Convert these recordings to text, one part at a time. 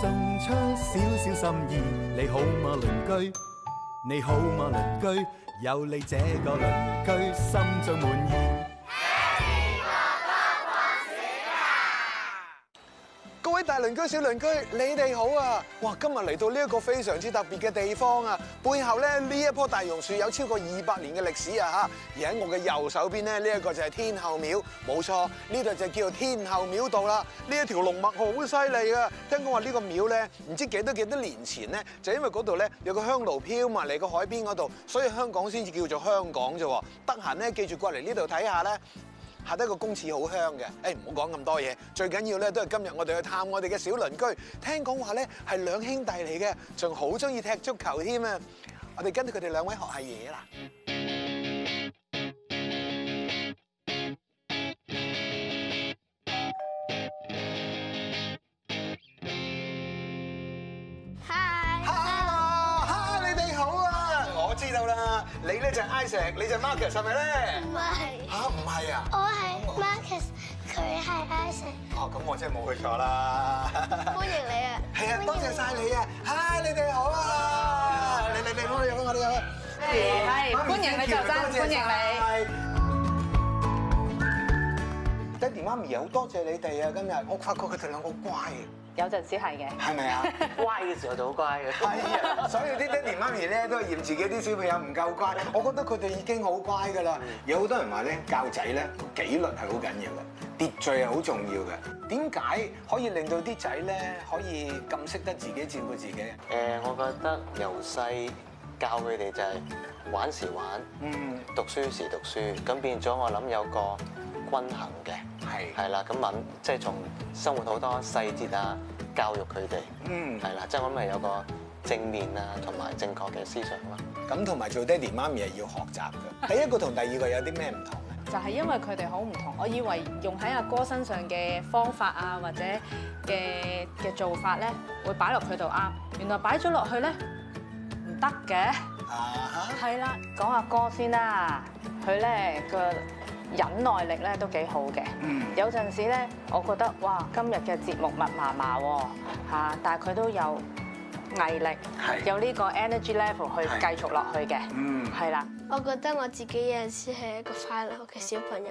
送出少少心意，你好嗎鄰居？你好嗎鄰居？有你這個鄰居，心中滿意。各位大鄰居、小鄰居，你哋好啊！哇，今日嚟到呢一個非常之特別嘅地方啊！背後咧呢一棵大榕樹有超過二百年嘅歷史啊！嚇，而喺我嘅右手邊咧，呢一個就係天后廟，冇錯，呢度就叫做天后廟道啦。呢一條龍脈好犀利啊！聽講話呢個廟咧，唔知幾多幾多年前咧，就因為嗰度咧有個香爐飄埋嚟個海邊嗰度，所以香港先至叫做香港啫喎。得閒咧，記住過嚟呢度睇下咧。下低個公廁好香嘅，誒唔好講咁多嘢，最緊要咧都係今日我哋去探我哋嘅小鄰居，聽講話咧係兩兄弟嚟嘅，仲好中意踢足球添啊！我哋跟住佢哋兩位學下嘢啦。嗨， Hello，哈你哋好啊！我知道啦，你咧就係 Isaac，你就係 Marcus 係咪咧唔？係，嚇唔係 Oh, 啊？我係 Marcus，佢係 Isaac。哦咁我真係冇去錯啦。歡迎你啊！係啊，多謝晒你啊！嗨，你哋好啊！你你你，我哋有我哋有。係歡迎你就真，歡迎你。你。爹哋媽咪好多謝你哋啊！今日我發覺佢哋兩個乖啊，有陣時係嘅，係咪啊？乖嘅時候就好乖嘅。係啊，所以啲爹哋媽咪咧都係嫌自己啲小朋友唔夠乖。我覺得佢哋已經好乖㗎嗯啦。有好多人話咧，教仔咧紀律係好緊要嘅，秩序係好重要嘅。點解可以令到啲仔咧可以咁識得自己照顧自己？誒，我覺得由細教佢哋就係玩時玩，嗯，讀書時讀書，咁變咗我諗有個均衡嘅，係係啦，咁諗即係從生活好多細節啊，教育佢哋，嗯係啦，即係我諗係有個正面啊同埋正確嘅思想啦。咁同埋做爹哋媽咪係要學習嘅。第一個同第二個有啲咩唔同咧？就係因為佢哋好唔同。我以為用喺阿哥身上嘅方法啊，或者嘅嘅做法咧，會擺落佢度啱。原來擺咗落去咧唔得嘅。啊係啦，講阿哥先啦，佢咧個忍耐力咧都幾好嘅。嗯有陣時咧，我覺得哇，今日嘅節目密麻麻喎嚇但係佢都有毅力係，有呢個 energy level 去係繼續落去嘅。嗯係啦。我覺得我自己有陣時係一個快樂嘅小朋友，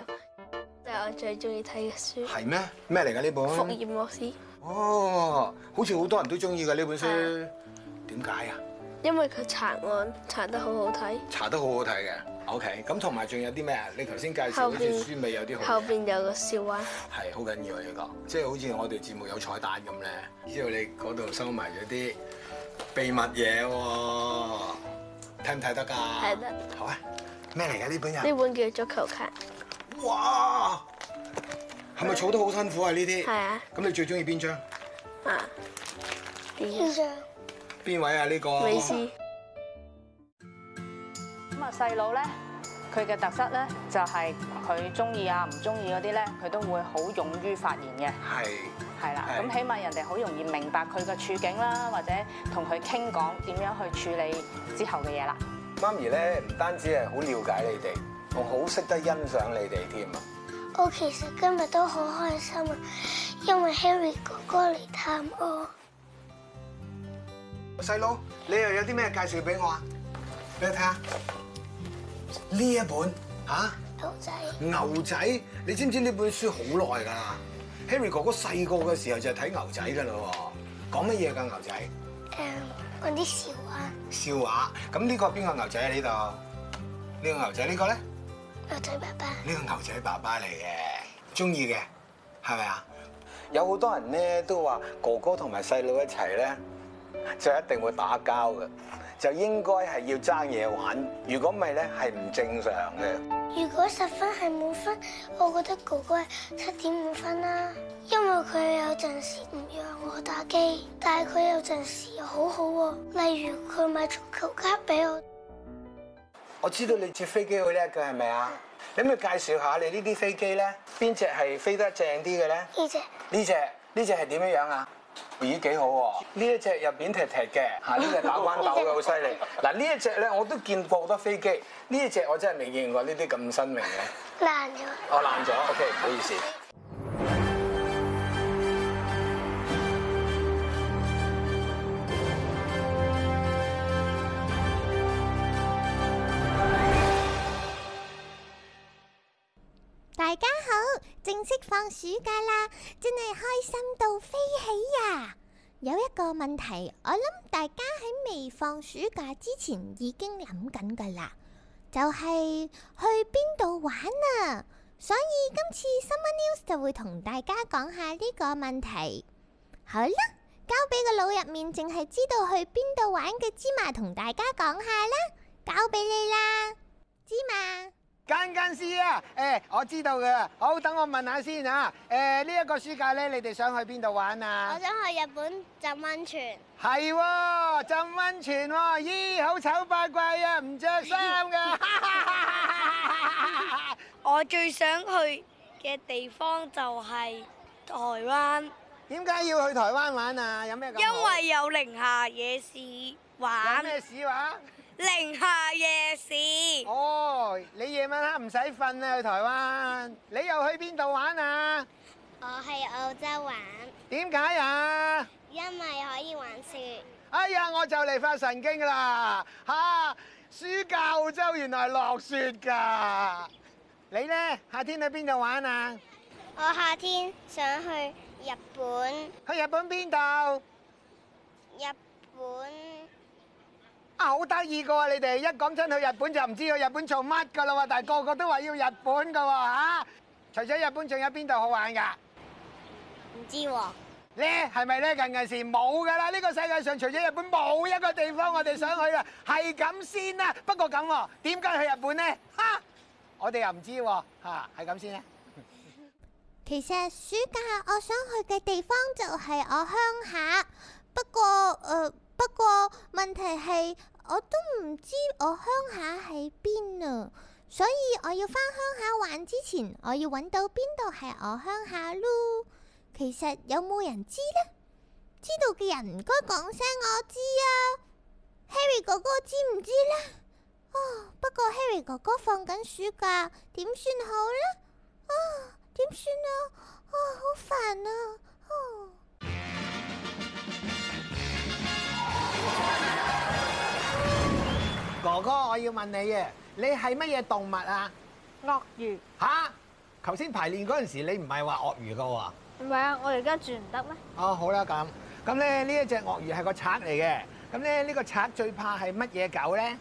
就係我最中意睇嘅書《係咩？咩嚟㗎呢福本？爾摩斯》，哦，好似好多人都中意㗎呢本書係。點解啊？因為佢查案查得好好睇，查得好好睇嘅。OK，咁同埋仲有啲咩啊？你頭先介紹好後似邊書尾有啲好後嘢，邊有個 笑話。係好緊要啊！呢個即係好似我哋節目有彩蛋咁咧，知道你嗰度收埋咗啲秘密嘢喎，睇唔睇得㗎？睇得。好啊，咩嚟㗎呢本呢又？本叫足球卡，哇！係咪儲得好辛苦啊？呢啲係啊咁你最中意邊張？啊，邊位啊？呢個美斯咁啊，細佬咧，佢嘅特質咧就係佢中意啊、唔中意嗰啲咧，佢都會好勇於發言係嘅，係啦。係咁起碼人哋好容易明白佢嘅處境啦，或者同佢傾講點樣去處理之後嘅嘢啦。媽咪咧，唔單止係好了解你哋，仲好識得欣賞你哋添啊！我其實今日都好開心啊，因為 Harry 哥哥嚟探我。細佬，你又有啲咩介紹俾我啊？俾我睇下呢一本嚇、啊牛仔，牛仔，你知唔知呢本書好耐㗎啦？Harry 哥哥細個嘅時候就係睇牛仔㗎啦喎，講乜嘢㗎牛仔？誒，講嗯啲笑話，笑話。咁呢個邊個牛仔啊喺呢度？呢個牛仔呢個咧？牛仔爸爸。呢個牛仔爸爸嚟嘅，中意嘅，係咪啊？有好多人咧都話哥哥同埋細佬一齊咧，就一定會打交嘅。就應該係要爭嘢玩，如果唔係咧係唔正常嘅。如果十分係滿分，我覺得哥哥係七點五分啦，因為佢有陣時唔讓我打機，但係佢有陣時又好好喎，例如佢買足球卡俾我。我知道你折飛機好叻嘅係咪啊？你可唔可以介紹下你呢啲飛機咧？邊只係飛得正啲嘅咧？呢只呢只呢只係點樣樣啊？咦幾好喎！呢一隻入邊踢踢嘅，嚇呢 隻打關鬥嘅好犀利。嗱呢一隻咧我都見過好多飛機，呢一隻我真係未見過呢啲咁新穎嘅。爛咗，我爛咗，OK，唔好意思。大家好，正式放暑假啦，真係開心到飛起呀！有一個問題，我諗大家喺未放暑假之前已經諗緊噶啦，就係、去邊度玩啊！所以今次 Summer News 就會同大家講下呢個問題。好啦，交俾個腦入面淨係知道去邊度玩嘅芝麻同大家講下啦，交俾你啦，芝麻。間間事啊！誒、我知道嘅。好，等我問下先啊。誒，呢一個暑假咧，你哋想去邊度玩啊？想去日本浸温泉。係喎、浸温泉喎、咦，好醜八怪啊，唔着衫㗎。 我最想去嘅地方就係台灣，點解要去台灣玩啊？有咩咁好因為有寧夏夜市有玩。咩事話？寧夏夜市，哦，你夜晚黑唔使瞓啊，去台灣。你又去邊度玩啊？我去澳洲玩，點解啊？因為可以玩雪。哎呀，我就嚟發神經啦！嚇、暑假澳洲原來落雪㗎。你呢？夏天去邊度玩啊？我夏天想去日本，去日本邊度？啊，日本好得意㗎喎！你哋一講親去日本就唔知去日本做乜㗎啦喎，但係個個都話要日本㗎喎、嚇除咗日本，仲有邊度好玩㗎？唔知喎。咧係咪咧？近近時冇㗎啦！呢、個世界上除咗日本冇一個地方我哋想去啦，係咁先啦。不過咁喎，點解去日本呢？哈，我哋又唔知喎，嚇係咁先啦。其實暑假我想去嘅地方就係我鄉下，不過誒、呃不過問題係我都唔知我鄉下喺邊啊，所以我要翻鄉下玩之前，我要揾到邊度係我鄉下咯。其實有冇人知呢？知道嘅人唔該講聲我知啊，Harry 哥哥知唔知呢？哦，不過 Harry 哥哥放緊暑假，點算好呢？啊，點算啊？啊，好煩啊！哦哥哥，我要問你啊，你係乜嘢動物啊？鱷魚吓？頭先排練嗰陣時，你唔係話鱷魚噶喎？唔係啊！我而家住唔得咩？哦，好啦咁，咁咧呢一隻鱷魚係個賊嚟嘅，咁咧呢個賊最怕係乜嘢狗咧？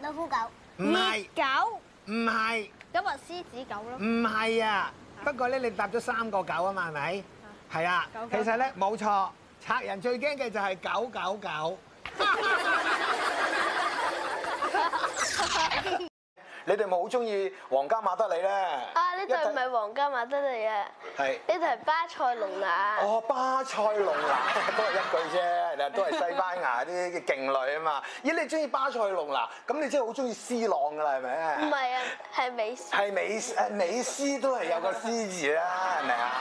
老虎狗，唔係，狗唔係，咁咪獅子狗咯。唔係啊！不過咧，你搭咗三個狗啊嘛，係咪？係啊狗，其狗實咧冇錯，賊人最驚嘅就係狗狗狗。 你哋咪好中意皇家馬德里咧？啊，呢對唔係皇家馬德里啊，係。呢對係巴塞隆拿。啊哦，巴塞隆拿 都係一句啫，都係西班牙啲勁女啊嘛。咦，你中意巴塞隆拿，咁你真係好中意 C 朗㗎啦，係咪？唔係啊，係美斯。係美誒美斯都係有個 C 字啦，係咪啊？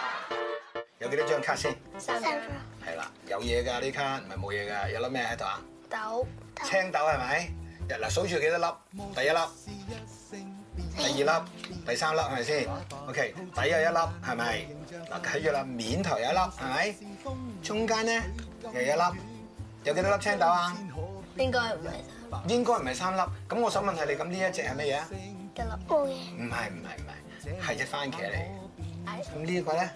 有幾多張卡先？三係啦，有嘢㗎呢卡，唔係冇嘢㗎。有粒咩喺度啊？豆青豆係咪？嗱，數住幾多粒？第一粒，第二粒，第三粒係咪先？OK，底有一粒係咪？嗱，睇住啦，面頭有一粒係咪？中間咧又有一粒，有幾多粒青豆啊？應該唔係應該唔係三粒。咁我想問下你，咁呢一隻係乜嘢啊？一粒冇嘢。唔係唔係唔係，係只番茄嚟。咁呢個咧？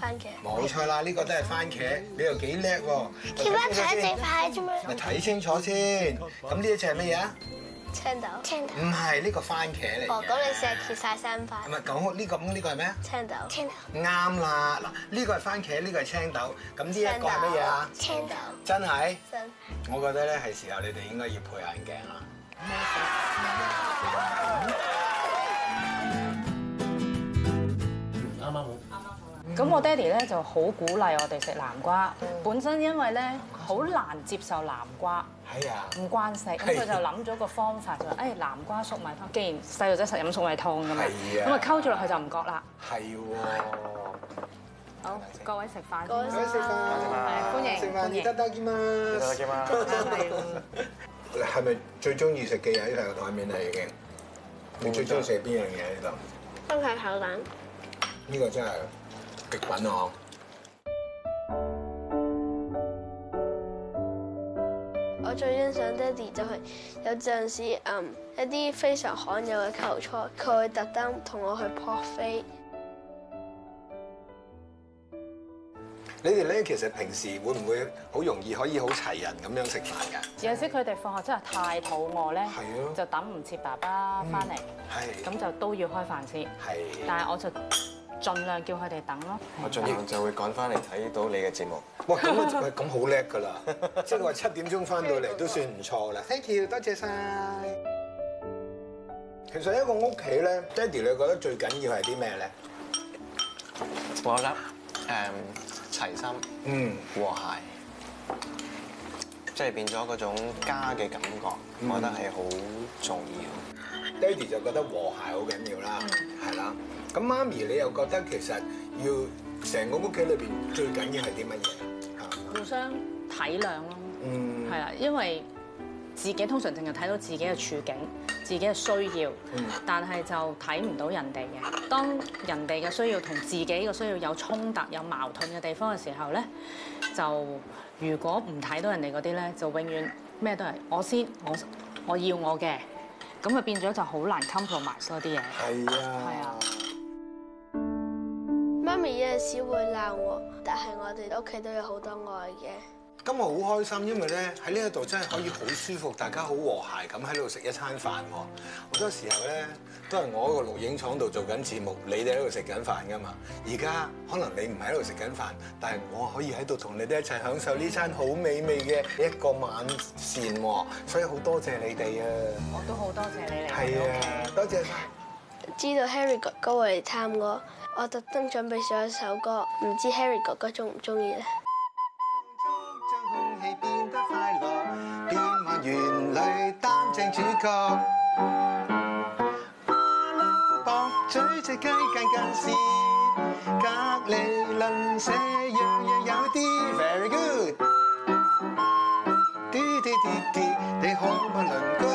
番茄。冇錯啦，呢、個都係番茄，你又幾叻喎！條班睇一隻牌啫嘛，咪睇清楚先，咁呢一隻係乜嘢啊？青豆。青豆唔係呢個番茄嚟嘅。哦，咁你試下揭晒三塊唔係講呢個嗯咁呢個係咩啊？青豆。青豆啱啦，嗱呢個係番茄，呢個係青豆，咁呢一個係乜嘢啊？青豆真係，真我覺得咧係時候你哋應該要配眼鏡啦。咁我爹哋咧就好鼓勵我哋食南瓜，本身因為咧好難接受南瓜。係啊，唔關食，咁係佢就諗咗個方法就係，誒南瓜粟米湯，既然細路仔實飲粟米湯㗎嘛，係啊咁啊溝咗落去就唔覺啦。係喎。好，各位食飯，各位食各位食飯，歡迎食歡飯，迎得得啊嘅嘛。嘅嘛。你係咪最中意食嘅嘢喺個台面啊？已經，你最中意食邊樣嘢呢都係口蛋。度？呢個真係極品啊！我最欣賞爹哋就係有陣時，嗯，一啲非常罕有嘅球賽，佢會特登同我去撲飛。你哋咧其實平時會唔會好容易可以好齊人咁樣食飯㗎？ 有陣時佢哋放學真係太肚餓咧係啊，嗯就等唔切爸爸翻嚟，係咁就都要開飯先。係。但係我就盡量叫佢哋等咯。我盡量就會趕翻嚟睇到你嘅節目。哇，咁 啊喂咁好叻㗎 啦！即係話七點鐘翻到嚟都算唔錯啦。Thank you，多謝晒。其實一個屋企咧，爹哋你覺得最緊要係啲咩咧？我覺得誒齊心嗯，和諧，即係變咗嗰種家嘅感覺，我覺得係好重要。爹哋就覺得和諧好緊要啦，係啦。咁媽咪你又覺得其實要成個屋企裏邊最緊要係啲乜嘢啊？互相體諒咯，嗯係啦，因為自己通常淨係睇到自己嘅處境、自己嘅需要，嗯但係就睇唔到人哋嘅。當人哋嘅需要同自己嘅需要有衝突、有矛盾嘅地方嘅時候咧，就如果唔睇到人哋嗰啲咧，就永遠咩都係我先，我我要我嘅，咁啊變咗就好難 compromise 嗰啲嘢。係啊係啊。媽咪有陣時會鬧我，但係我哋屋企都有好多愛嘅。今日好開心，因為咧喺呢一度真係可以好舒服，大家好和諧咁喺度食一餐飯喎。好多時候咧都係我喺個錄影廠度做緊節目，你哋喺度食緊飯噶嘛。而家可能你唔喺度食緊飯，但係我可以喺度同你哋一齊享受呢餐好美味嘅一個晚膳喎。所以好多謝你哋啊！我都好多謝你嚟。係啊，多謝晒。知道 Harry 哥哥會嚟探我，我特登準備咗一首歌，唔知 Harry 哥哥中唔中意呢？將空氣變得快樂，變幻園裏擔正主角。駁嘴隻雞近近視，隔離鄰舍樣樣有啲。Very good。滴滴滴滴，你好嗎鄰居？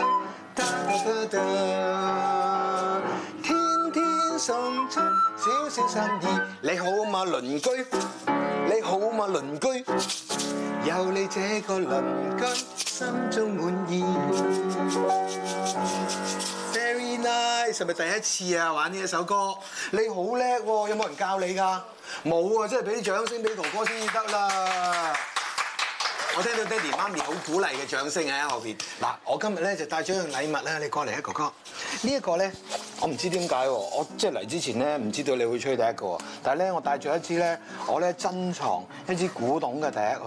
得得得得，天天送出少少心意。你好嗎鄰居？你好嗎鄰居？有你這個鄰居，心中滿意。Very nice，係咪第一次啊玩呢一首歌？你好叻喎，有冇人教你㗎？冇啊，真係俾啲掌聲俾哥哥先至得啦。我聽到爹哋媽咪好鼓勵嘅掌聲喺後邊。嗱，我今日咧就帶咗樣禮物咧，你過嚟啊，哥哥。呢一個咧，我唔知點解喎，我即係嚟之前咧唔知道你會吹笛嘅喎，但係咧我帶咗一支咧，我咧珍藏一支古董嘅笛喎。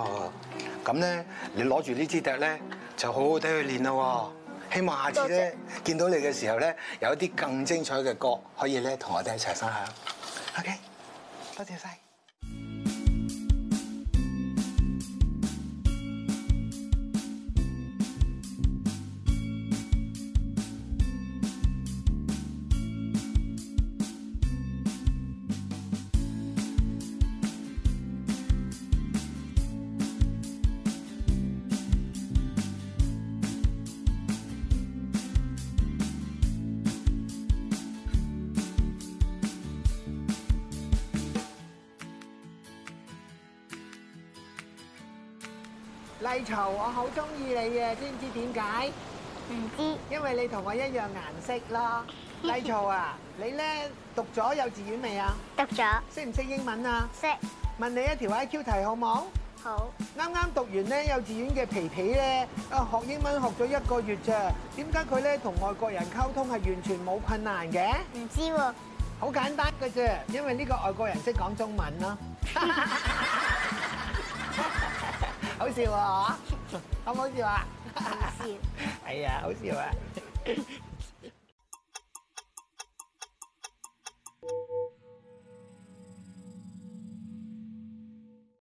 咁咧，你攞住呢支笛咧，就好好地去練啦喎。希望下次咧見到你嘅時候咧，有一啲更精彩嘅歌可以咧同我哋一齊分享。OK，多謝晒。麗嘈，我好中意你嘅，知唔知點解？唔知因為你同我一樣顏色 咯。麗嘈啊，你咧讀咗幼稚園未啊？讀咗識唔識英文啊？識問你一條 IQ 題好冇？好。啱啱讀完咧幼稚園嘅皮皮咧，啊學英文學咗一個月咋，點解佢咧同外國人溝通係完全冇困難嘅？唔知喎，好簡單嘅啫，因為呢個外國人識講中文咯。 好笑啊！嚇好唔好笑啊？ 唔知。係啊，好笑啊！